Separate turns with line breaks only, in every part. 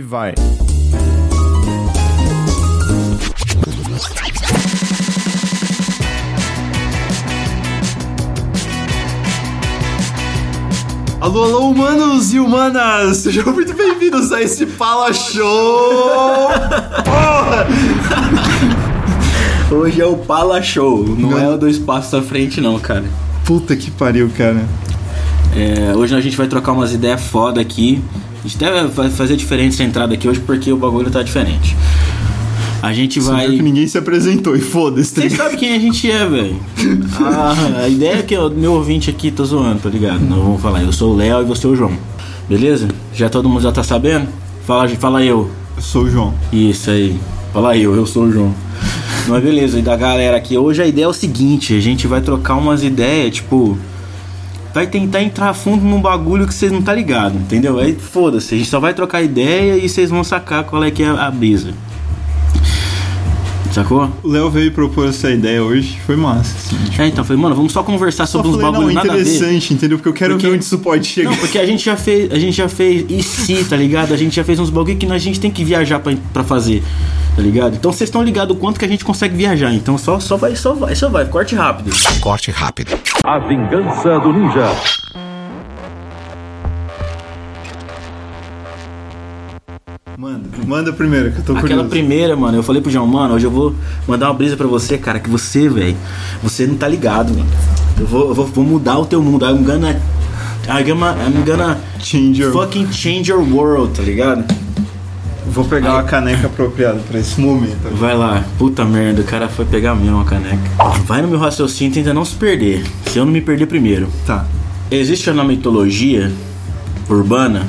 vai.
Alô, alô, humanos e humanas! Sejam muito bem-vindos a esse Fala Show!
Hoje é o Pala Show, não, é o dois passos à frente não, cara.
Puta que pariu, cara.
É, hoje a gente vai trocar umas ideias foda aqui. A gente até vai fazer diferente essa entrada aqui hoje porque o bagulho tá diferente. A gente
Você
vai...
viu que ninguém se apresentou e foda-se. tá
Vocês
ligado?
sabem quem a gente é, velho. Ah, a ideia é que o meu ouvinte aqui tá zoando, tá ligado? Não vamos falar, eu sou o Léo e você é o João. Beleza? Já todo mundo já tá sabendo? Fala, fala eu.
Eu Sou o João.
Isso aí. Fala eu, eu sou o João. Mas beleza, e da galera aqui, hoje a ideia é o seguinte, a gente vai trocar umas ideias, tipo, vai tentar entrar a fundo num bagulho que vocês não tá ligado, entendeu? Aí foda-se, a gente só vai trocar ideia e vocês vão sacar qual é que é a brisa. Sacou?
O Léo veio propor essa ideia hoje, foi massa. Assim, tipo,
É, então, falei, mano, vamos só conversar
só
sobre uns
falei,
bagulho
não,
nada a ver.
interessante, entendeu? Porque eu quero
Porque-
ver onde isso pode chegar.
Não, porque a gente já fez, a gente já fez e se, tá ligado? A gente já fez uns bagulho que a gente tem que viajar pra, pra fazer, tá ligado? Então vocês estão ligados o quanto que a gente consegue viajar. Então só, só vai, só vai, só vai, corte rápido.
Corte rápido.
A Vingança do Ninja.
Manda, manda primeiro, que eu tô
Aquela
curioso.
primeira, mano, eu falei pro João, mano, hoje eu vou mandar uma brisa pra você, cara, que você, velho, você não tá ligado, mano. Eu vou, eu vou, vou mudar o teu mundo. I'm gonna. I'm gonna. I'm gonna
Change your-
fucking change your world, tá ligado?
Vou pegar uma caneca apropriada pra esse momento.
Vai lá, puta merda, o cara foi pegar mesmo a caneca. Vai no meu raciocínio e tenta não se perder. Se eu não me perder primeiro.
Tá.
Existe na mitologia urbana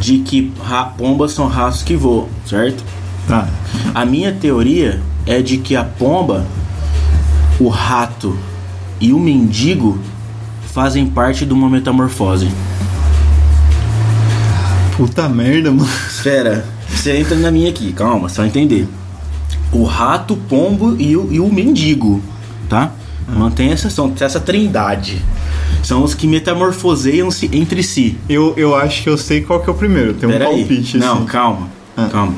de que ra- pombas são raças que voam, certo?
Tá.
A minha teoria é de que a pomba, o rato e o mendigo fazem parte de uma metamorfose.
Puta merda, mano.
Espera, você entra na minha aqui, calma, só entender. O rato, o pombo e o, e o mendigo, tá? Mantém essa, são, essa trindade. São os que metamorfoseiam-se entre si.
Eu, eu acho que eu sei qual que é o primeiro. Tem um
Pera aí.
palpite.
Não,
assim.
calma,
Ah.
calma.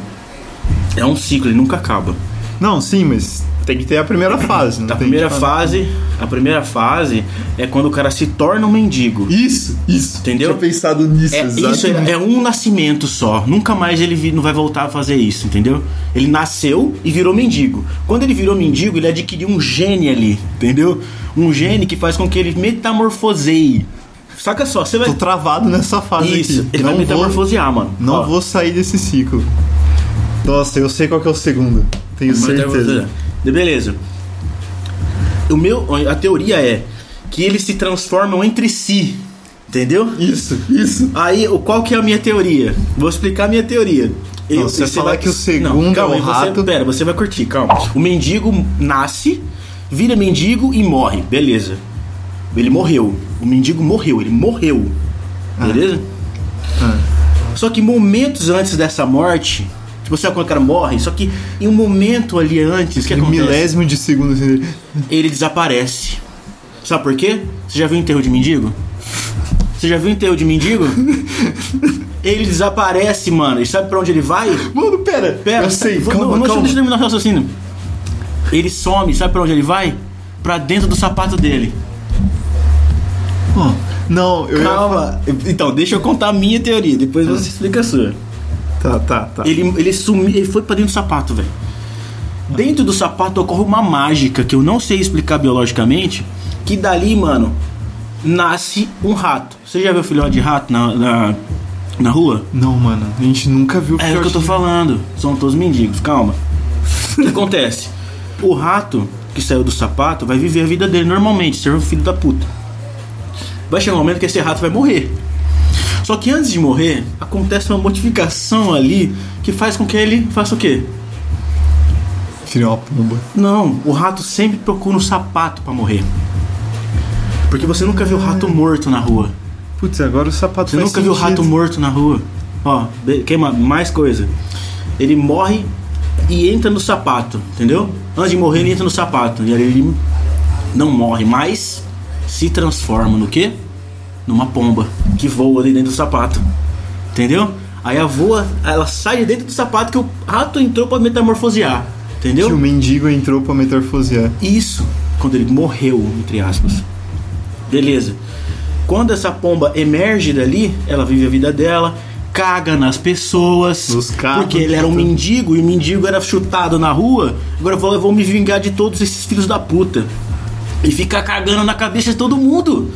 É um ciclo, ele nunca acaba.
Não, sim, mas tem que ter a primeira fase. Não
A
tem
primeira
que fazer.
fase, a primeira fase é quando o cara se torna um mendigo.
Isso, isso.
Entendeu?
Tinha pensado nisso,
É, isso
exatamente.
é, é um nascimento só. Nunca mais ele vi- não vai voltar a fazer isso, entendeu? Ele nasceu e virou mendigo. Quando ele virou mendigo, ele adquiriu um gene ali, entendeu? Um gene que faz com que ele metamorfoseie. Saca só, você vai.
Tô travado nessa fase
Isso,
aqui.
ele vai metamorfosear, mano.
Vou, não
Ó,
vou sair desse ciclo. Nossa, eu sei qual que é o segundo. Tenho certeza.
metamorfosear. Beleza. O meu, a teoria é que eles se transformam entre si, entendeu?
Isso, isso.
Aí, o- qual que é a minha teoria? Vou explicar a minha teoria.
Não, você falar que o segundo
calma,
é o
aí você-
rato.
pera, você vai curtir, calma. O mendigo nasce, vira mendigo e morre. Beleza. Ele morreu. O mendigo morreu, ele morreu. Beleza? Ah. Só que momentos antes dessa morte, tipo, você sabe quando o cara morre, só que em um momento ali antes, o que
Aquele
acontece?
milésimo de segundo. assim.
ele desaparece. Sabe por quê? Você já viu enterro de mendigo? Você já viu enterro de mendigo? ele desaparece, mano. E sabe pra onde ele vai?
Mano, pera.
Pera,
eu sei.
vou-
calma,
não, não, deixa-
calma.
Deixa eu terminar o raciocínio. Ele some, sabe pra onde ele vai? Pra dentro do sapato dele.
Ó, Não, eu
Calma. Ah. Então, deixa eu contar a minha teoria, depois você explica a sua.
ia... Tá, tá, tá.
Ele, ele sumiu, ele foi pra dentro do sapato, velho. Dentro do sapato ocorre uma mágica que eu não sei explicar biologicamente, que dali, mano, nasce um rato. Você já viu filhote de rato na, na, na rua?
Não, mano. A gente nunca viu
É o que eu tô
filhote.
falando. São todos mendigos, calma. O que acontece? O rato que saiu do sapato vai viver a vida dele normalmente, ser um filho da puta. Vai chegar um momento que esse rato vai morrer. Só que antes de morrer, acontece uma modificação ali que faz com que ele faça o quê?
Virou uma pomba.
Não, o rato sempre procura um sapato pra morrer. Porque você nunca viu rato morto na rua.
Putz, agora o sapato
Você
faz
nunca viu
sentido.
rato morto na rua. Ó, be- queima mais coisa. Ele morre e entra no sapato, entendeu? Antes de morrer, ele entra no sapato. E aí ele não morre, mas se transforma no quê? Numa pomba que voa ali dentro do sapato. Entendeu? Aí a voa, ela sai de dentro do sapato que o rato entrou pra metamorfosear. Entendeu?
Que o mendigo entrou pra metamorfosear.
Isso, quando ele morreu, entre aspas. Beleza. Quando essa pomba emerge dali, ela vive a vida dela, caga nas pessoas.
Nos carros,
porque ele era um
tudo.
mendigo e o mendigo era chutado na rua. Agora eu vou, eu vou me vingar de todos esses filhos da puta. E fica cagando na cabeça de todo mundo.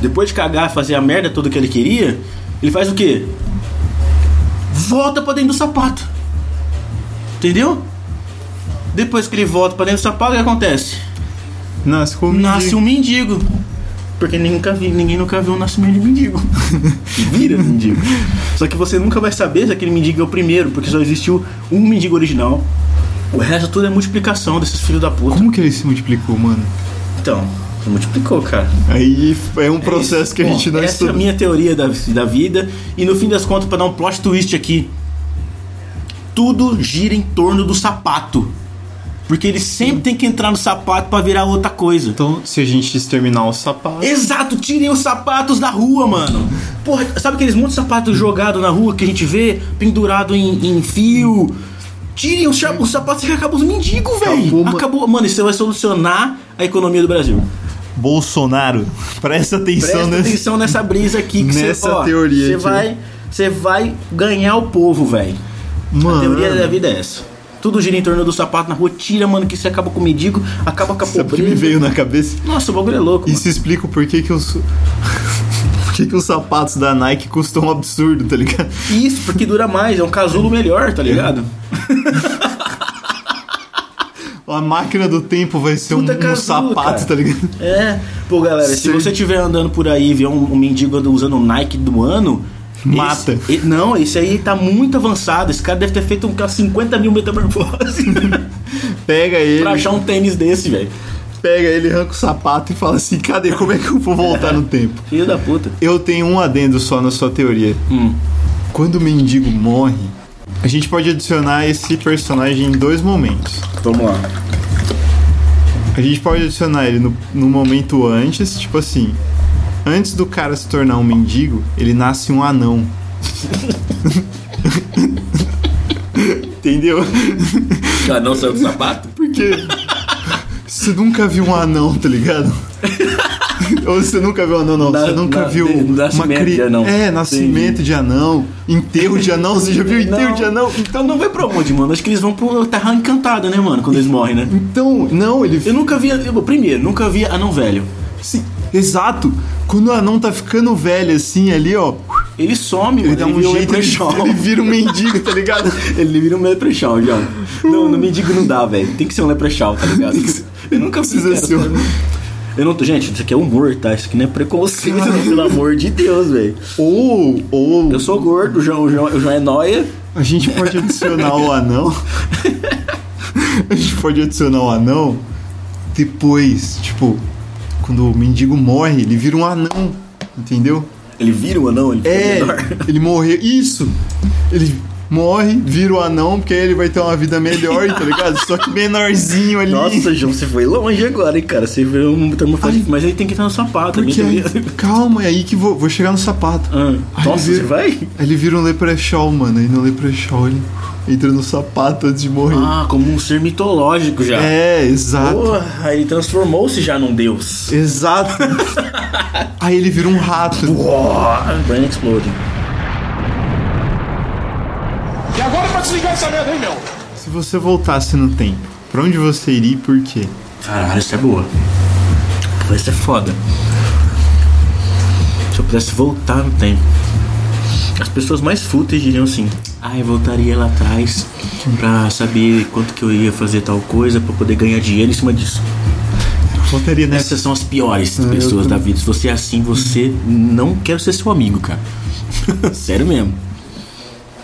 Depois de cagar, fazer a merda toda que ele queria, ele faz o quê? Volta pra dentro do sapato. Entendeu? Depois que ele volta pra dentro do sapato, o que acontece?
Nasce como mendigo.
Nasce um mendigo. Porque ninguém nunca, vi, ninguém nunca viu o nascimento de mendigo. Vira mendigo. Só que você nunca vai saber se aquele mendigo é o primeiro, porque só existiu um mendigo original. O resto tudo é multiplicação desses filhos da puta.
Como que ele se multiplicou, mano?
Então, você multiplicou, cara.
Aí é um processo que a gente
Bom,
não
Essa é a
estuda.
minha teoria da, da vida. E no fim das contas, pra dar um plot twist aqui, tudo gira em torno do sapato. Porque ele sempre tem que entrar no sapato pra virar outra coisa.
Então, se a gente exterminar o sapato.
Exato, tirem os sapatos da rua, mano. Porra, sabe aqueles montes de sapatos jogados na rua que a gente vê pendurado em, em fio? Tirem os, cha- os sapatos que acabam os mendigos,
Acabou,
velho.
mano.
Acabou. Mano, isso vai solucionar a economia do Brasil.
Bolsonaro, presta atenção
Presta
nesse.
atenção nessa brisa aqui que
Nessa
você, ó,
teoria
Você
aqui.
vai, você vai ganhar o povo, velho. A
Mano.
teoria da vida é essa. Tudo gira em torno do sapato na rua. Tira, mano, que você acaba com o mendigo, acaba com a
Sabe o que é me
pobreza.
veio na cabeça?
Nossa, o bagulho é louco, mano.
Isso explica o porquê que os. Por que, que os sapatos da Nike custam um absurdo, tá ligado?
Isso, porque dura mais, é um casulo melhor, tá ligado?
A máquina do tempo vai ser um,
Puta
um
casulo,
sapato,
cara.
tá ligado?
É. Pô, galera, se
Sim.
você estiver andando por aí e ver um, um mendigo andando- usando um Nike do ano.
Mata.
esse- e- não, esse aí tá muito avançado. Esse cara deve ter feito um, 50 mil metamorfoses
Pega ele,
pra achar um tênis desse, velho.
pega ele, arranca o sapato e fala assim: cadê? Como é que eu vou voltar no tempo?
Filho da puta.
Eu tenho um adendo só na sua teoria. Quando o mendigo morre, a gente pode adicionar esse personagem em dois momentos.
Vamos lá.
A gente pode adicionar ele no, no momento antes, tipo assim. Antes do cara se tornar um mendigo, ele nasce um anão. Entendeu?
Já não saiu do sapato?
Porque você nunca viu um anão, tá ligado? Ou você nunca viu um anão, não.
Na-
você nunca
na-
viu
de-
uma
nascimento de
criança.
anão.
É, nascimento de anão, enterro de anão. um Você já viu um enterro de anão?
Então não vai pra onde, mano? Acho que eles vão pro Terra Encantada, né, mano? Quando eles morrem, né?
Então, não, ele.
Eu nunca vi. eu- primeiro, nunca vi anão velho.
Sim, exato. Quando o anão tá ficando velho assim ali, ó.
Ele some, mano.
Ele dá um
vira
jeito,
leprechaun.
ele, ele vira um mendigo, tá ligado?
Ele vira um leprechaun, João. Não, no mendigo não dá, velho. Tem que ser um leprechaun, tá ligado? Eu nunca
Precisa
fiz,
ser um-
cara. Eu não tô, gente, isso aqui é humor, tá? Isso aqui não é preconceito, não, pelo amor de Deus, velho.
Ou, ou
Eu sou gordo, o João, o João, o João é nóia.
a gente pode adicionar o anão. A gente pode adicionar o anão depois, tipo, quando o mendigo morre, ele vira um anão, entendeu?
Ele vira um anão, ele fica
É,
menor.
ele morreu. Isso! Ele morre, vira o anão, porque aí ele vai ter uma vida melhor, tá ligado? Só que menorzinho ali.
Nossa, João, você foi longe agora, hein, cara. Você virou um metamorfose. Mas ele tem que estar no sapato,
Porque
né?
aí, calma, é aí que vou, vou chegar no sapato.
Ah,
Aí
nossa,
ele
você vai?
Aí ele vira um leprechaun, mano. Aí no leprechaun ele entra no sapato antes de morrer.
Ah, como um ser mitológico já.
é, exato.
Porra, ele transformou-se já num deus.
Exato. aí ele vira um rato.
Porra, Brain Explode.
E agora pra desligar essa merda, hein, meu?
Se você voltasse no tempo, pra onde você iria e por quê?
Caralho, isso é boa. Pô, Isso é foda. Se eu pudesse voltar no tempo, as pessoas mais fúteis diriam assim: ah, eu voltaria lá atrás pra saber quanto que eu ia fazer tal coisa pra poder ganhar dinheiro em cima disso.
Voltaria nessa.
Essas são as piores pessoas da vida. Se você é assim, você não quer ser seu amigo, cara. Sério mesmo.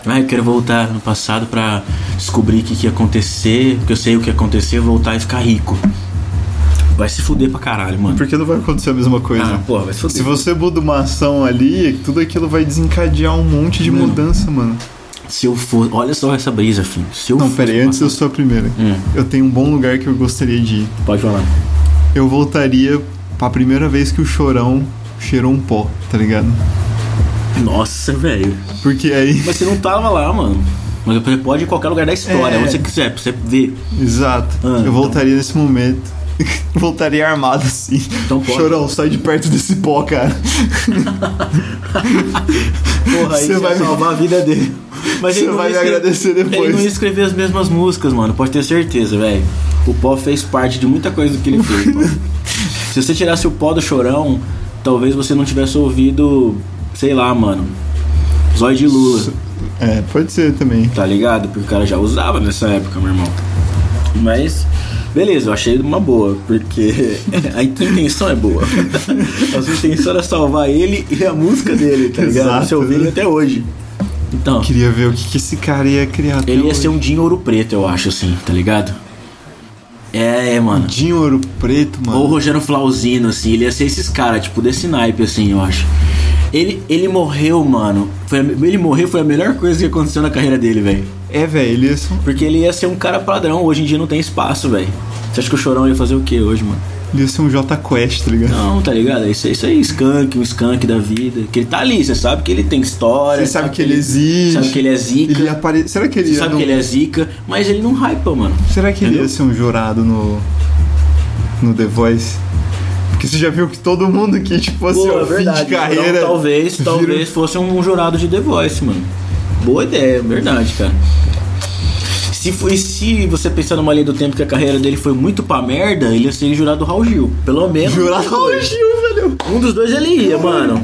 Ah, eu quero voltar no passado pra descobrir o que, que ia acontecer, porque eu sei o que ia acontecer, voltar e ficar rico. Vai se fuder pra caralho, mano.
Porque não vai acontecer a mesma coisa.
Ah, porra, vai se fuder.
Se você muda uma ação ali, tudo aquilo vai desencadear um monte de mudança, mano.
Se eu for. Olha só essa brisa, filho. Se eu
Não,
for-
peraí, antes eu sou a primeira. Eu tenho um bom lugar que eu gostaria de ir.
Pode falar.
Eu voltaria pra primeira vez que o chorão cheirou um pó, tá ligado?
Nossa, velho.
Porque aí.
Mas você não tava lá, mano. Mas você pode ir em qualquer lugar da história,
É.
onde você quiser, pra você ver.
Exato.
Ah,
eu voltaria nesse momento. voltaria armado assim.
Então pode.
Chorão, sai de perto desse pó, cara.
Porra, aí
Você
você
vai
vai
me-
salvar a vida dele. Mas
Você
não
vai
ia
me
escre-
agradecer depois.
Ele não ia escrever as mesmas músicas, mano. Pode ter certeza, velho. O pó fez parte de muita coisa do que ele fez, mano. Se você tirasse o pó do chorão, talvez você não tivesse ouvido, sei lá, mano. Zóio de Lula,
É, pode ser também.
tá ligado? Porque o cara já usava nessa época, meu irmão. Mas, beleza, eu achei uma boa, porque a intenção é boa. A sua intenção era salvar ele e a música dele, tá ligado?
Exato,
você ouviu
né?
ele até hoje. Então.
Queria ver o que, que esse cara ia criar. até
Ele ia
hoje.
ser um Dinho Ouro Preto, eu acho, assim, tá ligado? É, é, mano.
Dinho Ouro Preto, mano.
Ou o Rogério Flauzino, assim, ele ia ser esses caras, tipo, desse naipe, assim, eu acho. Ele, ele morreu, mano. Foi a- ele morreu foi a melhor coisa que aconteceu na carreira dele, velho.
É, velho, ele ia ser um,
Porque ele ia ser um cara padrão, hoje em dia não tem espaço, velho. Você acha que o Chorão ia fazer o quê hoje, mano?
ele ia ser um J Quest, tá ligado?
Não, tá ligado? Isso, isso aí é skunk, um skunk da vida. Que ele tá ali, você sabe que ele tem história.
Você sabe que ele existe.
Sabe que ele é zica.
Ele ia apare... Será que ele
Você
ia.
sabe
num-
que ele é zica, mas ele não hypa, mano.
Será que ele ia
Entendeu?
ser um jurado no. no The Voice? Porque você já viu que todo mundo que, tipo assim,
Pô,
ó,
é
fim
verdade.
de carreira.
Então, talvez,
vira-
talvez fosse um jurado de The Voice, mano. Boa ideia, verdade, cara. Se foi, se você pensar numa linha do tempo que a carreira dele foi muito pra merda, ele ia ser jurado Raul Gil. Pelo menos.
Jurado Raul Gil, velho.
Um dos dois ele ia, mano.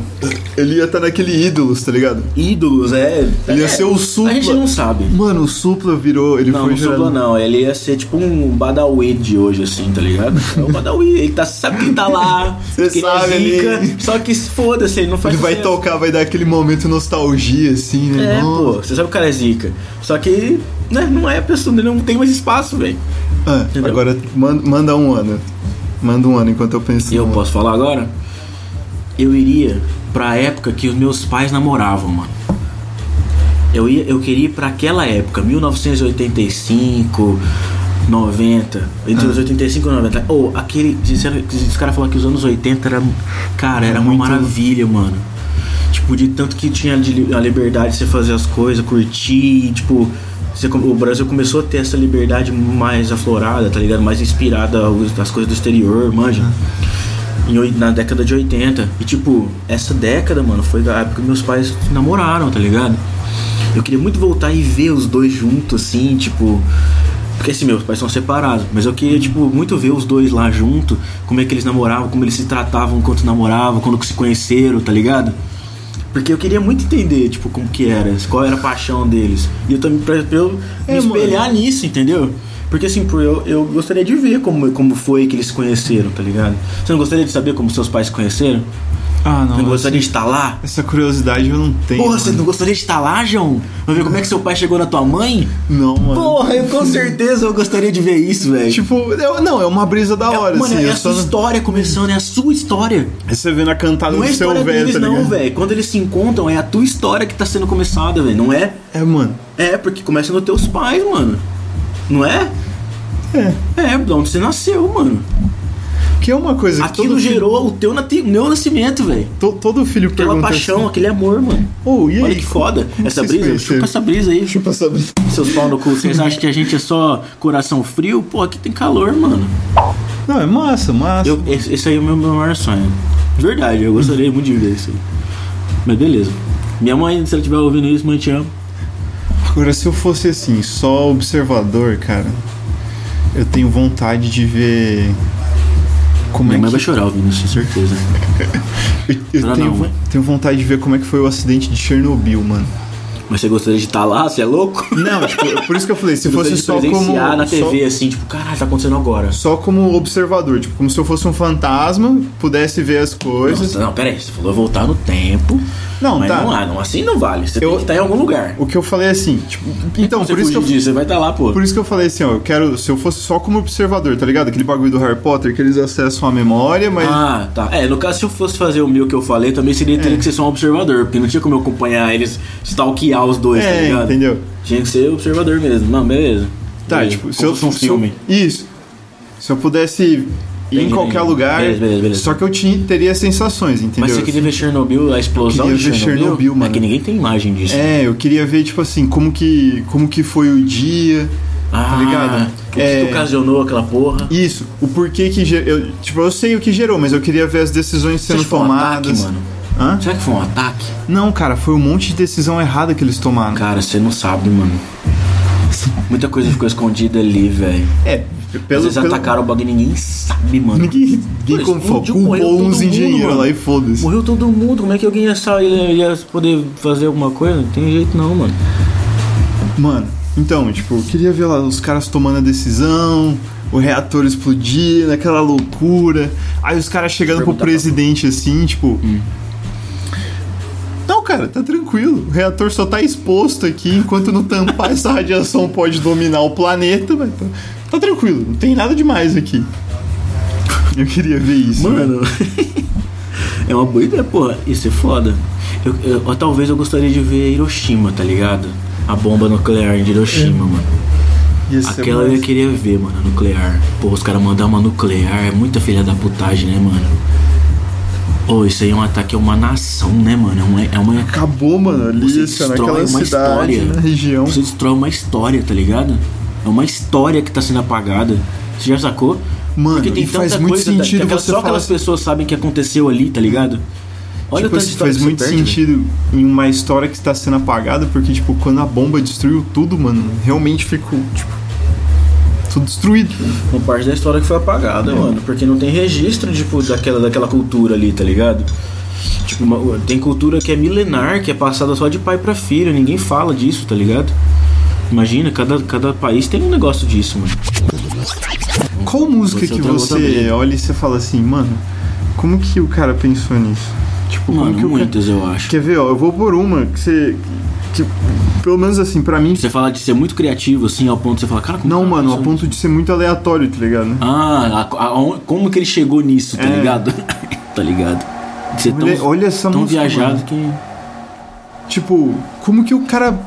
Ele ia estar naquele ídolos, tá ligado?
Ídolos, é.
Ele ia
é.
ser o Supla.
A gente não sabe.
Mano, o Supla virou. Ele
Não,
foi
não sobrou
jurado.
não. Ele ia ser tipo um Badawi de hoje, assim, tá ligado? É o Badawi, ele tá, sabe que ele tá lá,
Você
que
sabe,
ele é zica,
ele-
só que foda-se, ele não faz
Ele vai
sucesso.
tocar, vai dar aquele momento nostalgia, assim, né?
É, pô,
Nossa.
você sabe que o cara é zica. Só que, né, não é a pessoa, ele não tem mais espaço, velho.
Ah,
Entendeu?
agora, man- manda um ano. Manda um ano enquanto eu penso.
Eu
no-
posso falar agora? Eu iria pra época que os meus pais namoravam, mano. Eu, ia, eu queria ir pra aquela época, 1985, 90. Entre os 85 e 90. Ou aquele. Disseram, os caras falaram que os anos 80 era. Cara, era uma
Muito-
maravilha, mano. Tipo, de tanto que tinha de li- a liberdade de você fazer as coisas, curtir, e, tipo. você com- o Brasil começou a ter essa liberdade mais aflorada, tá ligado? Mais inspirada aos- às coisas do exterior, manja. Em oi- na década de 80. E tipo, essa década, mano, foi a época que meus pais namoraram, tá ligado? Eu queria muito voltar e ver os dois juntos, assim, tipo. Porque assim, meus pais são separados, mas eu queria, tipo, muito ver os dois lá junto, como é que eles namoravam, como eles se tratavam enquanto namoravam, quando se conheceram, tá ligado? Porque eu queria muito entender, tipo, como que era, qual era a paixão deles. E eu também, pra, pra eu
É,
me espelhar nisso, entendeu? Porque assim, pô, eu, eu gostaria de ver como, como foi que eles se conheceram, tá ligado? Você não gostaria de saber como seus pais se conheceram?
Ah,
Você não
não. essa-
gostaria de estar lá?
Essa curiosidade eu não tenho.
Porra, você
mano.
não gostaria de estar lá, João? Pra ver como é que seu pai chegou na tua mãe?
Não, mano.
Porra, eu com certeza eu gostaria de ver isso, velho.
Tipo, eu- não, é uma brisa da
É,
hora,
mano,
assim.
é
eu
a
só
sua
não-
história começando, é a sua história.
Aí Você vendo a cantada
Não é a
do seu
história
velho,
deles,
tá
não,
ligado?
velho. Quando eles se encontram, é a tua história que tá sendo começada, velho. Não é?
É, mano.
É, porque começa nos teus pais, mano. Não é? É. É, de onde você nasceu, mano.
Que é uma coisa que
Aquilo
todo filho-
gerou o teu nati- meu nascimento, velho.
to- todo filho
Aquela
pergunta
paixão,
assim,
aquele amor, mano.
Ô, e aí?
Olha que foda.
Como
essa
vocês
brisa,
conheceram?
chupa essa brisa aí.
Chupa essa brisa.
Seus pau no cu, vocês acham que a gente é só coração frio? Pô, aqui tem calor, mano.
Não, é massa, massa.
Eu, esse, esse aí é o meu maior sonho. De verdade, eu gostaria muito de ver isso aí. Mas beleza. Minha mãe, se ela estiver ouvindo isso, mãe, te amo.
Agora, se eu fosse assim, só observador, cara, eu tenho vontade de ver. Como
Minha
é
mãe vai
que.
chorar ouvindo isso, certeza.
Eu
chorar
tenho,
não, vai.
tenho vontade de ver como é que foi o acidente de Chernobyl, mano.
Mas você gostaria de estar lá? Você é louco?
Não, tipo, por isso que eu falei, se
Você
fosse
de
só como.
presenciar na
só-
TV, assim, tipo, caralho, tá acontecendo agora.
Só como observador, tipo, como se eu fosse um fantasma, pudesse ver as coisas.
Nossa, não, pera aí, você falou voltar no tempo.
Não,
mas
tá.
não há, não, assim não vale. Você
Eu-
tem que estar em algum lugar.
O que eu falei assim, tipo, então,
você
por isso que eu,
fugir disso, você vai estar lá, pô.
por isso que eu falei assim, ó, eu quero, se eu fosse só como observador, tá ligado? Aquele bagulho do Harry Potter que eles acessam a memória, mas
Ah, tá. É, no caso, se eu fosse fazer o meu que eu falei, também seria
É.
teria que ser só um observador, porque não tinha como eu acompanhar eles, stalkear os dois, tá
é,
ligado?
entendeu?
Tinha que ser observador mesmo. Não, beleza.
Tá,
Beleza.
tipo, se
Como um
eu
se fosse um filme.
Se eu, isso. Se eu pudesse e em
Entendi,
qualquer
entendi.
lugar.
Beleza, beleza, beleza.
Só que eu tinha, teria sensações, entendeu?
Mas você queria ver Chernobyl, a explosão
Queria
de
ver
Chernobyl?
Chernobyl, mano.
É que ninguém tem imagem disso.
É, eu queria ver, tipo assim, como que, como que foi o dia, tá ligado?
Ah, O que,
É,
que ocasionou aquela porra?
Isso, o porquê que... ge- Eu, tipo, eu sei o que gerou, mas eu queria ver as decisões
Será
sendo
que foi um
tomadas.
ataque, mano?
Hã?
Será que foi um ataque?
Não, cara, foi um monte de decisão errada que eles tomaram.
Cara, você não sabe, mano. Muita coisa ficou escondida ali, velho.
É,
Às
pelo...
vezes
pelo...
atacaram o bagulho e ninguém sabe, mano.
Ninguém, ninguém
Pô,
confou,
explodiu, morreu
culpou
todo
uns
mundo,
engenheiros
mano.
lá e foda-se.
Morreu todo mundo, como é que alguém ia sair, ia poder fazer alguma coisa? Não tem jeito não, mano.
Mano, então, tipo, eu queria ver lá os caras tomando a decisão, o reator explodindo, aquela loucura. Aí os caras chegando pro
Perguntar pra Hum.
presidente assim, tipo. Não, cara, tá tranquilo. O reator só tá exposto aqui. Enquanto não tampar, essa radiação pode dominar o planeta, mas tá, tá tranquilo, não tem nada demais aqui. Eu queria ver isso. né? velho.
Mano, é uma boa ideia, porra. Isso é foda. Eu, eu- ou talvez eu gostaria de ver Hiroshima, tá ligado? A bomba nuclear de Hiroshima,
É.
mano.
Ia ser
Aquela
massa.
eu queria ver, mano, a nuclear. Pô, os caras mandaram uma nuclear, é muita filha da putagem, né, mano? Pô, isso aí é um ataque a uma nação, né, mano? É uma. É uma
Acabou, mano, ali,
você
isso,
destrói
naquela cidade,
uma história.
na região.
Você destrói uma história, tá ligado? É uma história que tá sendo apagada. Você já sacou?
Mano,
Porque tem
e faz
tanta
muito
coisa,
sentido
tá, que
você
só
falar
aquelas
assim.
pessoas sabem que aconteceu ali, tá ligado? Olha
Tipo,
tanta
isso
história
faz
que você
muito
perde, né? velho.
sentido em uma história que está sendo apagada, porque, tipo, quando a bomba destruiu tudo, mano, realmente ficou, tipo, tudo destruído.
Uma parte da história que foi apagada,
Uhum.
mano. Porque não tem registro, tipo, daquela, daquela cultura ali, tá ligado? Tipo, uma- tem cultura que é milenar, que é passada só de pai pra filho. Ninguém fala disso, tá ligado? Imagina, cada, cada país tem um negócio disso, mano.
Qual música
Você
que
tá
você
também.
olha e você fala assim, mano, como que o cara pensou nisso? Tipo, como
Mano,
que o cara-
muitas, eu acho.
Quer ver, ó, eu vou por uma que você... que- pelo menos assim, pra mim...
Você fala de ser muito criativo, assim, ao ponto de você falar, cara, como
Não,
que
mano,
isso-
a ponto de ser muito aleatório, tá ligado?
Ah, a- a- aon- como que ele chegou nisso, tá
É.
ligado? tá ligado? De ser
Olha- olha essa
Ah, tão
música,
viajado
mano.
que.
Tipo, como que o cara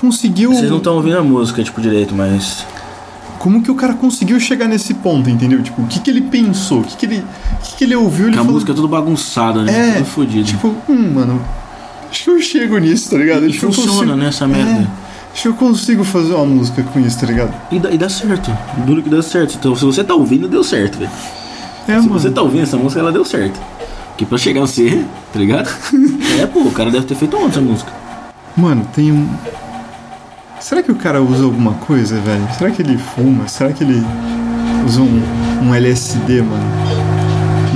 conseguiu...
Vocês não estão ouvindo a música, tipo, direito, mas.
Como que o cara conseguiu chegar nesse ponto, entendeu? Tipo, o que que ele pensou? O que que ele, o que que ele ouviu? Ele
Que a
falou,
música é toda bagunçada, né?
é,
Tudo fodido.
tipo, hum, mano, acho que eu chego nisso, tá ligado?
E
Acho que eu
funciona, né, essa
É,
merda.
acho que eu consigo fazer uma música com isso, tá ligado?
E dá, e dá certo. Duro que deu certo. Então, se você tá ouvindo, deu certo, velho.
É,
Se
mano.
você tá ouvindo essa música, ela deu certo. Porque pra chegar você, tá ligado? é, pô, o cara deve ter feito ontem essa música.
Mano, tem um... Será que o cara usa alguma coisa, velho? Será que ele fuma? Será que ele usa um, um LSD, mano?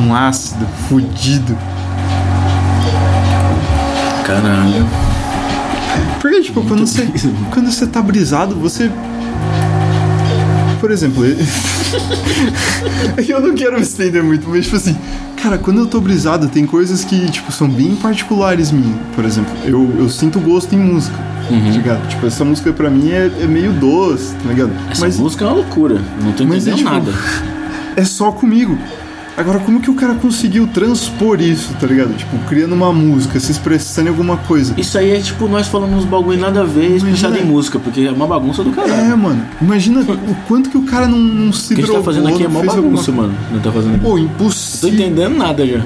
Um ácido fudido?
Caralho.
Porque, tipo, quando você,
triste.
quando você tá brisado, você. Por exemplo, eu- é que eu não quero me estender muito, mas, tipo assim, cara, quando eu tô brisado, tem coisas que, tipo, são bem particulares minhas. Por exemplo, eu, eu sinto gosto em música,
Uhum.
tá ligado? Tipo, essa música pra mim é, é meio doce, tá ligado?
Essa
mas
música é uma loucura. Não tô
Mas é,
entendendo
tipo,
nada.
é só comigo. Agora, como que o cara conseguiu transpor isso, tá ligado? Tipo, criando uma música, se expressando em alguma coisa.
Isso aí é tipo nós falando uns bagulho nada a ver, especiado em música, porque é uma bagunça do
É,
caralho.
mano. Imagina o quanto que o cara não, não se
o que a gente tá
drogou,
fazendo aqui é
não
mó
fez alguma
bagunça, mano. Não tá fazendo aqui.
Pô,
Tô
impossível.
entendendo nada já.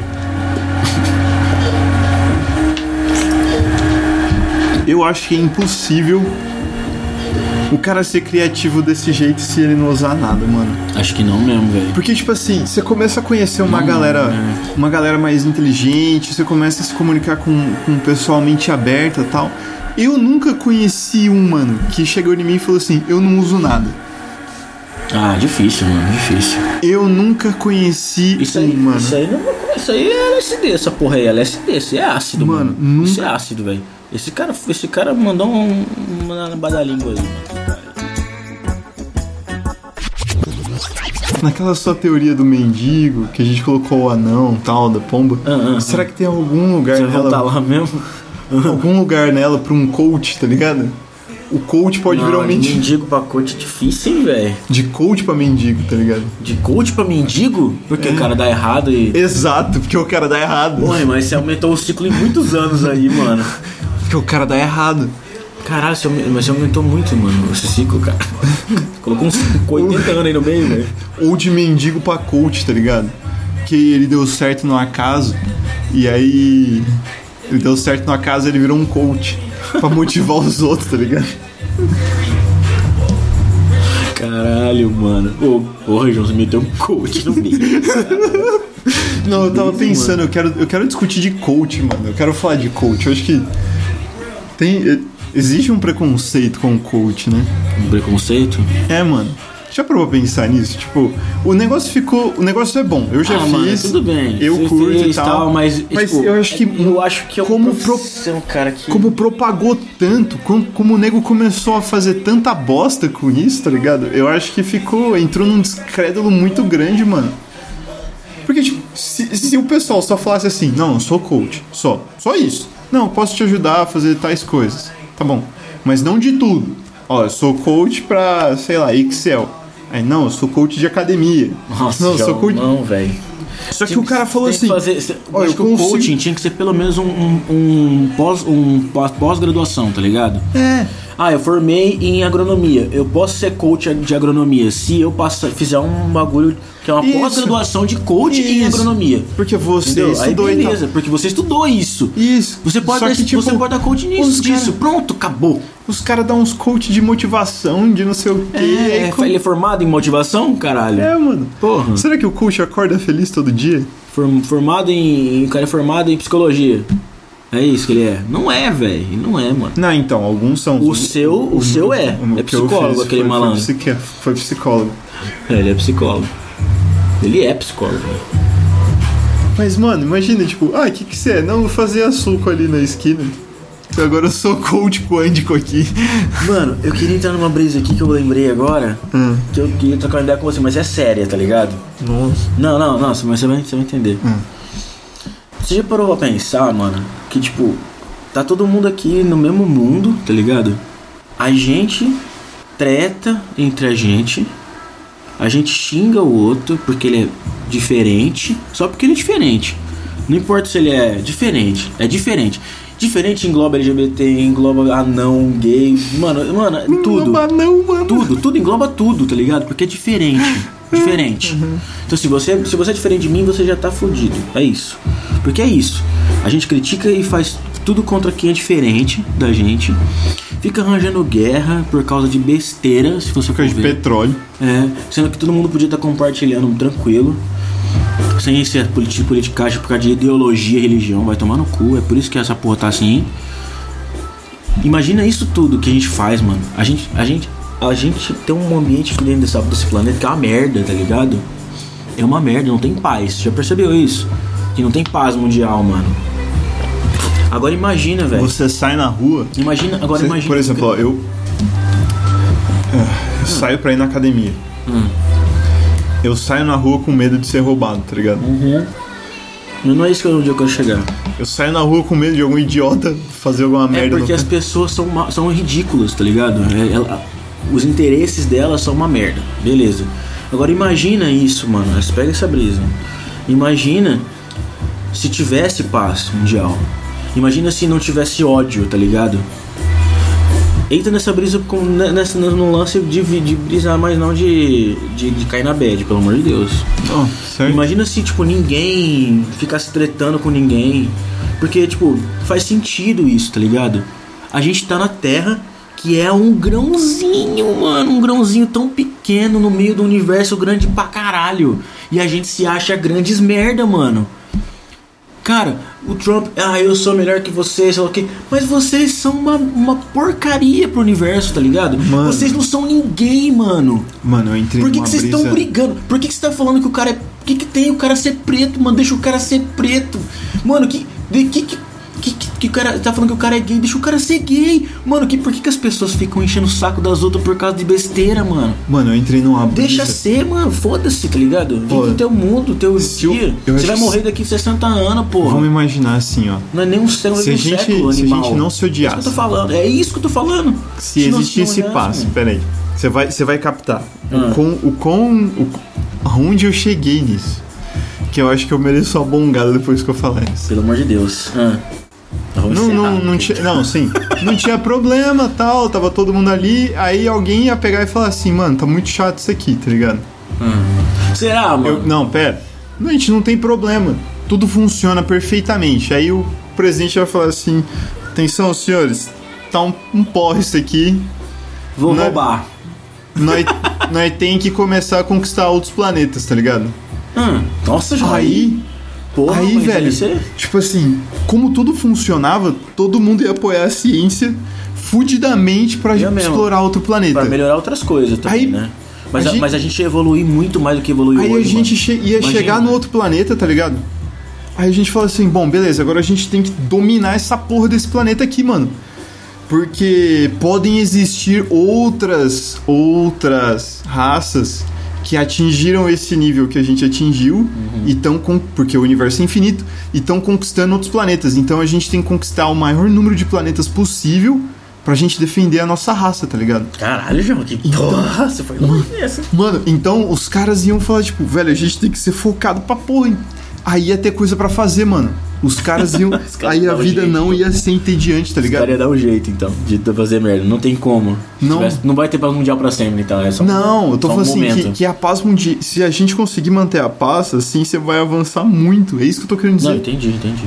Eu acho que é impossível o cara ser criativo desse jeito se ele não usar nada, mano.
Acho que não mesmo, velho.
Porque, tipo assim, você começa a conhecer uma galera
é.
uma galera mais inteligente, você começa a se comunicar com, com um pessoal mente aberta e tal. Eu nunca conheci um, mano, que chegou em mim e falou assim, eu não uso nada.
Ah, difícil, mano, difícil.
Eu nunca conheci
Isso
um,
aí,
mano.
isso aí não Isso aí é LSD, essa porra aí, LSD, isso é ácido,
Mano,
mano.
nunca-
Isso é ácido, velho. Esse cara, esse cara mandou um, uma badalíngua aí, mano.
Naquela sua teoria do mendigo, que a gente colocou o anão tal, da pomba,
Ah, ah,
será que tem algum lugar
Você vai
nela?
voltar Tá lá mesmo?
Algum lugar nela pra um coach, tá ligado? O coach pode virar um
de
mendigo.
Ah, mendigo pra coach é difícil, hein, velho.
De coach pra mendigo, tá ligado?
De coach pra mendigo? Porque o cara dá errado e.
Exato, porque o cara dá errado.
é. Mãe, mas você aumentou o ciclo em muitos anos aí, mano.
Porque o cara dá errado.
Caralho, você aumentou, mas você aumentou muito, mano. Esse ciclo, cara. Colocou uns 80 anos aí no meio, velho.
Ou de mendigo pra coach, tá ligado? Que ele deu certo no acaso. E aí. Ele deu certo no acaso ele virou um coach. Pra motivar os outros, tá ligado?
Caralho, mano. Ô, porra, João, você meteu um coach no meio.
Não, eu tava pensando, eu quero, eu quero discutir de coach, mano. Eu quero falar de coach. Eu acho que. Tem. eh, Existe um preconceito com o coach, né?
Um preconceito?
É, mano. Já parou pra pensar nisso? Tipo, o negócio ficou. O negócio é bom. Eu já
Ah,
fiz.
mano, tudo bem.
Eu
Você
curto e
fez,
tal.
tal, mas, tipo,
eu acho que.
eu acho que é uma
como, pro,
profissão, cara, que-
como propagou tanto, como, como o nego começou a fazer tanta bosta com isso, tá ligado? Eu acho que ficou. Entrou num descrédulo muito grande, mano. Porque, tipo, se, se o pessoal só falasse assim, não, eu sou coach, só, só isso. Não, eu posso te ajudar a fazer tais coisas. Tá bom. Mas não de tudo. Ó, eu sou coach pra, sei lá, Excel. Aí, não, eu sou coach de academia.
Nossa,
não, eu
João,
sou coach.
não, velho. Tipo,
Só que o cara falou
Tem que
assim.
fazer- cê- eu
ó,
acho
eu
que o
consigo-
coaching tinha que ser pelo menos um, um, um pós, um pós- pós-graduação, tá ligado?
É.
Ah, eu formei em agronomia. Eu posso ser coach de agronomia se eu passar, fizer um bagulho que é uma
Isso.
pós-graduação de coach em
Isso.
agronomia.
Porque você
Entendeu?
estudou
Aí
e tal.
beleza, porque você estudou isso.
Isso.
Você pode,
Só
dar,
que, tipo,
você pode dar coach nisso,
os cara-
disso. Pronto, acabou.
Os caras dão uns coach de motivação, de não sei o quê. aí
É,
co-
Ele é formado em motivação, caralho?
é, mano.
Porra.
Será que o coach acorda feliz todo dia?
Form- Formado em. O cara é formado em psicologia. É isso que ele é? Não é, velho. Ele Não é, mano.
Não, então, alguns são.
O seu- o seu é. É
que eu
psicólogo,
fiz
aquele
foi,
malandro.
Foi, psiqui- foi psicólogo.
É, ele é psicólogo. Ele é psicólogo.
Mas, mano, imagina, tipo, ah, o que que você é? Não, vou fazer açúcar ali na esquina. Então Agora eu sou coach quântico aqui.
Mano, eu queria entrar numa brisa aqui que eu lembrei agora. Que eu queria trocar uma ideia com você, mas é séria, tá ligado?
Nossa.
Não, não, não, mas você vai, você vai entender. Você já parou pra pensar, mano, que tipo, tá todo mundo aqui no mesmo mundo, tá ligado? A gente treta entre a gente, a gente xinga o outro porque ele é diferente, só porque ele é diferente. Não importa se ele é diferente, é diferente. Diferente engloba LGBT, engloba anão, gay, mano, mano, é tudo.
Não, não, mano.
Tudo, tudo engloba tudo, tá ligado? Porque é diferente. Diferente. Então, se você, se você é diferente de mim, você já tá fudido. É isso. Porque é isso. A gente critica e faz tudo contra quem é diferente da gente. Fica arranjando guerra por causa de besteira, se você for
Coisa de
ver.
petróleo.
É, sendo que todo mundo podia estar compartilhando tranquilo. Sem esse politi- politicagem por causa de ideologia, religião, vai tomar no cu. É por isso que essa porra tá assim. Imagina isso tudo que a gente faz, mano. A gente, a gente, a gente tem um ambiente aqui dentro dessa- desse planeta que é uma merda, tá ligado? É uma merda, não tem paz. Você já percebeu isso? Que não tem paz mundial, mano. Agora imagina, velho.
Você sai na rua.
Imagina, agora
Você-
imagina.
Por exemplo, ó, eu. Ah, eu saio pra ir na academia.
Hum.
Eu saio na rua com medo de ser roubado, tá ligado?
Uhum. não é isso que eu, onde eu quero chegar.
Eu saio na rua com medo de algum idiota fazer alguma
É
merda.
porque
no-
as pessoas são, ma- são ridículas, tá ligado? É- ela- os interesses delas são uma merda. Beleza. Agora imagina isso, mano. Mas Pega essa brisa. Imagina se tivesse paz mundial. Imagina se não tivesse ódio, tá ligado? Entra nessa brisa com, ne- nessa, no lance de, vi- de brisar, mas não de, de, de cair na bad, pelo amor de Deus.
Ó, certo?
Imagina se, tipo, ninguém ficasse tretando com ninguém. Porque, tipo, faz sentido isso, tá ligado? A gente tá na Terra, que é um grãozinho, mano. Um grãozinho tão pequeno no meio do universo grande pra caralho. E a gente se acha grandes merda, mano. Cara, o Trump, ah, eu sou melhor que vocês, sei lá o quê. Mas vocês são uma, uma porcaria pro universo, tá ligado?
Mano.
Vocês não são ninguém, mano.
Mano, eu entrei
Por que,
numa
que vocês
brisa...
estão brigando? Por que, que você tá falando que o cara é. O que, que tem o cara ser preto, mano? Deixa o cara ser preto. Mano, que. De, que, que que, que, que o cara tá falando que o cara é gay? Deixa o cara ser gay. Mano, que, por que, que as pessoas ficam enchendo o saco das outras por causa de besteira, mano?
Mano, eu entrei numa brisa...
Deixa ser, mano. Foda-se, tá ligado? Vive
Pô,
o teu mundo, o teu
se eu-
dia.
eu
Você
acho
vai
que
morrer
se-
daqui 60 anos,
Vamos
porô.
imaginar assim, ó.
Não é nem um século,
Se
nem
a
um
gente-
século
se a
animal.
gente não se
É isso
odiasse.
que eu tô falando. É isso que eu tô falando.
Se
nós
existisse
não olhasse,
paz,
mano. Ah.
peraí. Você vai, você vai captar o quão... O quão o, aonde eu cheguei nisso. Que eu acho que eu mereço uma bongada depois que eu falar isso.
Pelo amor de Deus. Ah. vamos
Não,
encerrar.
não, não tinha. Não, sim. Não tinha problema tal, tava todo mundo ali. Aí alguém ia pegar e falar assim, mano, tá muito chato isso aqui, tá ligado?
Será, mano?
Eu- não, pera. Não, a gente não tem problema. Tudo funciona perfeitamente. Aí o presidente vai falar assim: atenção, senhores, tá um, um porre isso aqui.
Vou
não é-
roubar.
Nós, nós tem que começar a conquistar outros planetas, tá ligado?
Hum, nossa, já
Aí.
porra,
aí,
mas
velho,
deve ser-
tipo assim, como tudo funcionava, todo mundo ia apoiar a ciência fudidamente pra
Ia mesmo.
explorar outro planeta.
Pra melhorar outras coisas também,
Aí,
né? Mas
a
a,
gente-
mas a gente ia evoluir muito mais do que evoluiu
Aí a
hoje,
gente
mano.
che- ia
Imagina.
chegar no outro planeta, tá ligado? Aí a gente fala assim, bom, beleza, agora a gente tem que dominar essa porra desse planeta aqui, mano. Porque podem existir outras, outras raças que atingiram esse nível que a gente atingiu
Uhum.
e tão con- porque o universo é infinito e estão conquistando outros planetas. Então a gente tem que conquistar o maior número de planetas possível pra gente defender a nossa raça, tá ligado?
Caralho, João, que
Então,
porra, você foi longe nessa.
Mano, então os caras iam falar, tipo, velho, a gente tem que ser focado pra porra, hein? Aí ia ter coisa pra fazer, mano. Os caras iam.
caras
aí a
davam
vida
jeito.
não ia ser entediante, tá
O
ligado?
cara ia dar um jeito, então, de fazer merda. Não tem como. Se
Não.
tivesse- não vai ter paz mundial pra sempre, então. É só
Não, eu tô
só um
falando assim, que,
momento.
que a paz mundial. Se a gente conseguir manter a paz, assim, você vai avançar muito. É isso que eu tô querendo dizer.
Não, entendi, entendi.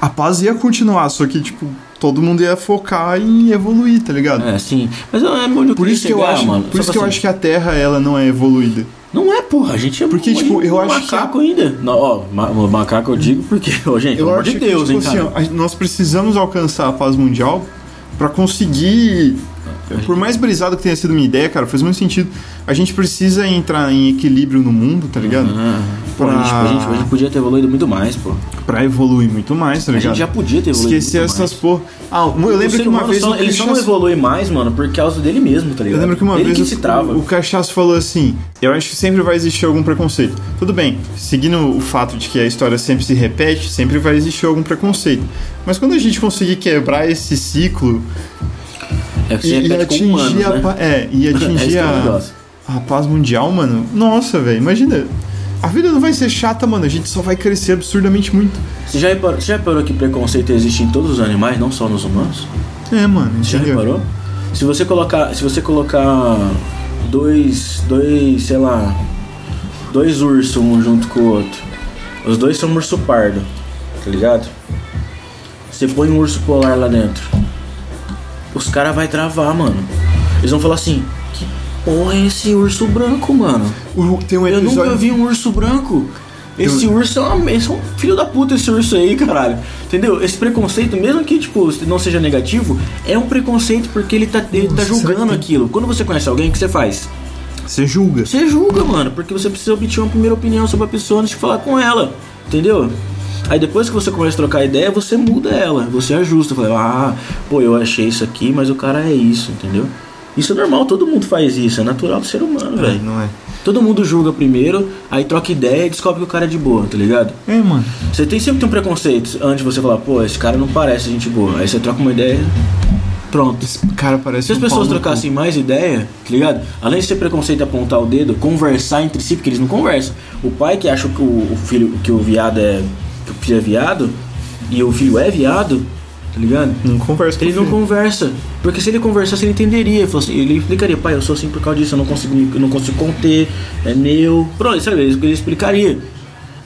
A paz ia continuar, só que, tipo, todo mundo ia focar em evoluir, tá ligado?
É, sim. Mas eu- é onde
Por isso que eu acho.
mano.
Por
Só
isso que
pra
eu
assim,
acho que a Terra, ela não é evoluída.
Não é, porra, a gente é
Porque,
um-
tipo, eu
um
acho que-
macaco ainda. Não, ó, ma- macaco eu digo porque, ó, gente,
Eu
pelo amor
acho
de Deus,
que,
hein,
tipo, assim,
cara.
ó, a- nós precisamos alcançar a paz mundial pra conseguir.
É,
Por mais brisado que tenha sido minha ideia, cara, faz muito sentido. A gente precisa entrar em equilíbrio no mundo, tá ligado?
Pô, a, gente, a, gente, a gente podia ter evoluído muito mais, pô.
Pra evoluir muito mais, tá
A
ligado?
gente já podia ter evoluído
Esquecer
muito
essas
mais.
por. Ah, eu
O
lembro
ser
que uma
humano
vez.
só,
o
ele só não
Cachaço-
evolui mais, mano, por causa dele mesmo, tá ligado?
Eu lembro que uma
ele
vez
que
o-
se trava.
o Cachaço falou assim: Eu acho que sempre vai existir algum preconceito. Tudo bem, seguindo o fato de que a história sempre se repete, sempre vai existir algum preconceito. Mas quando a gente conseguir quebrar esse ciclo
É que
e,
você
e
repete com
atingir
humanos,
a,
né?
pa- é, e
É isso
atingir
que é o
a,
negócio.
a paz mundial, mano. Nossa, velho, imagina. A vida não vai ser chata, mano. A gente só vai crescer absurdamente muito.
Você já, reparou, você já reparou que preconceito existe em todos os animais, não só nos humanos?
É, mano.
Já
entendeu?
reparou? Se você colocar, se você colocar dois, dois, sei lá, dois ursos um junto com o outro. Os dois são urso pardo, tá ligado? Você põe um urso polar lá dentro. Os caras vai travar, mano. Eles vão falar assim: "Que porra é esse urso branco, mano?"
O- tem um
Eu
episódio.
nunca vi um urso branco. Esse urso é, uma, esse é um filho da puta, esse urso aí, caralho. Entendeu? Esse preconceito, mesmo que tipo não seja negativo, é um preconceito porque ele tá, ele tá
Nossa, será que
julgando
tem-
aquilo. Quando você conhece alguém, o que você faz?
Você julga.
Você julga, mano, porque você precisa obter uma primeira opinião sobre a pessoa antes de falar com ela, entendeu? Aí depois que você começa a trocar ideia, você muda ela, você ajusta, fala, ah, pô, eu achei isso aqui, mas o cara é isso, entendeu? Isso é normal, todo mundo faz isso, é natural do ser humano,
É,
velho.
não é?
Todo mundo julga primeiro, aí troca ideia e descobre que o cara é de boa, tá ligado?
É, mano.
Você tem sempre tem um preconceito antes de você falar, pô, esse cara não parece gente boa. Aí você troca uma ideia, pronto.
Esse cara parece
Se as
um
pessoas
pau no cu.
trocassem mais ideia, tá ligado? Além de ser preconceito e apontar o dedo, conversar entre si, porque eles não conversam. O pai que acha que o, o filho, que o viado é. que o filho é viado, e o filho é viado, tá ligado?
Não conversa com
Ele não
filho.
conversa. Porque se ele conversasse, ele entenderia. Ele, falou assim- ele explicaria, pai, eu sou assim por causa disso, eu não consigo, me- eu não consigo conter, é meu. Pronto, sabe? Ele, ele explicaria.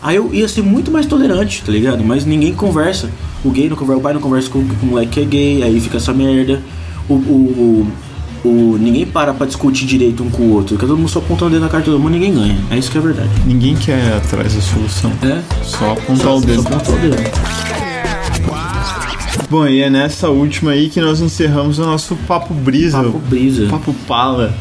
Aí eu ia ser muito mais tolerante, tá ligado? Mas ninguém conversa. O gay não conversa, o pai não conversa com, com o moleque que é gay, aí fica essa merda. O, o, o- o- ninguém para pra discutir direito um com o outro. Fica todo mundo só apontando dentro da cara de todo mundo, ninguém ganha. É isso que é verdade.
Ninguém quer ir atrás da solução.
É?
Só apontar o dedo.
Só apontar o dedo.
Bom, e é nessa última aí que nós encerramos o nosso Papo Brisa.
Papo brisa.
Papo Pala.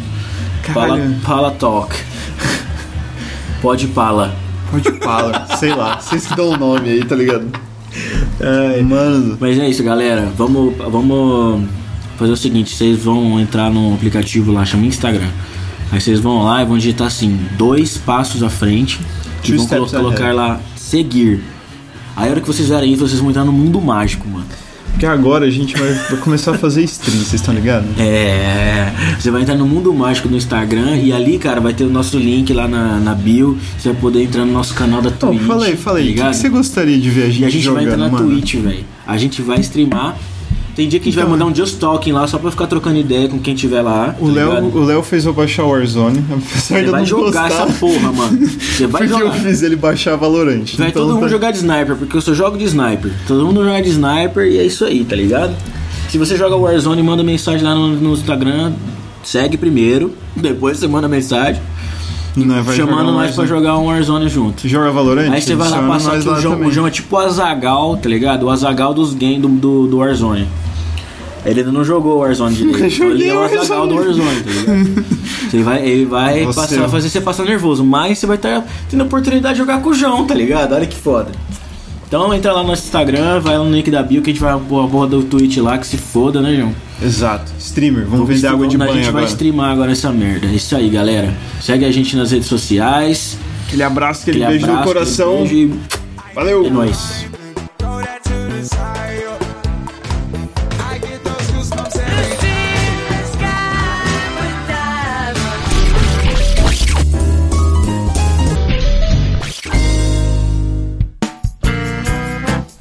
Pala,
Caralho.
pala talk. Pode pala.
Pode Pala. Sei lá. Vocês que dão o nome aí, tá ligado? Ai, mano.
Mas é isso, galera. Vamos, vamos fazer o seguinte: vocês vão entrar no aplicativo lá, chama Instagram. Aí vocês vão lá e vão digitar assim, dois passos à frente. E
Two
vão colo-
steps
colocar
ahead.
lá, seguir. Aí a hora que vocês verem isso, vocês vão entrar no mundo mágico, mano.
Porque agora a gente vai, vai começar a fazer stream, vocês estão ligados?
É. Você vai entrar no Mundo Mágico no Instagram e ali, cara, vai ter o nosso link lá na, na bio. Você vai poder entrar no nosso canal da
Então,
Twitch.
fala aí, fala
tá
aí. O que que,
ligado?
você gostaria de ver a gente,
E a gente vai
jogando,
entrar na
mano? Então.
Twitch, velho. A gente vai streamar. Tem dia que a gente vai mandar um Just Talking lá só pra ficar trocando ideia com quem tiver lá.
O
tá
Léo,
ligado?
o Léo fez eu baixar o Warzone, apesar de
Você
eu não
vai jogar
gostar.
essa porra, mano. Você vai
Porque
jogar.
eu fiz ele baixar Valorant.
Vai
então
todo mundo
tá-
jogar de sniper, porque eu só jogo de sniper. Todo mundo joga de sniper e é isso aí, tá ligado? Se você joga Warzone, manda mensagem lá no, no Instagram, segue primeiro, depois você manda mensagem,
Nós é, vai
chamando
jogar né?
nós pra
Warzone.
jogar um Warzone junto.
Joga Valorant?
Aí você vai lá
Adiciona
passar
nós
que o
lá
João,
também.
o João é tipo o Azagal, tá ligado? O Azagal dos games do, do, do Warzone. Ele ainda não jogou o Warzone direito. então ele é o
joguei o
Azagal do
Warzone.
Warzone, tá ligado? Você vai, ele vai
Você-
passar- fazer você passar nervoso, mas você vai estar tendo a oportunidade de jogar com o João, tá ligado? Olha que foda. Então entra lá no nosso Instagram, vai lá no link da bio que a gente vai pôr a porra do Twitch lá, que se foda, né, João?
Exato. Streamer, vamos vender água de
A gente
banho
vai
agora.
streamar agora essa merda. É isso aí, galera. Segue a gente nas redes sociais.
Aquele abraço, aquele,
Aquele
beijo no
abraço, aquele
coração.
beijo
Valeu!
e é nóis.
Throw that to the side. yo. I get those goosebumps every time.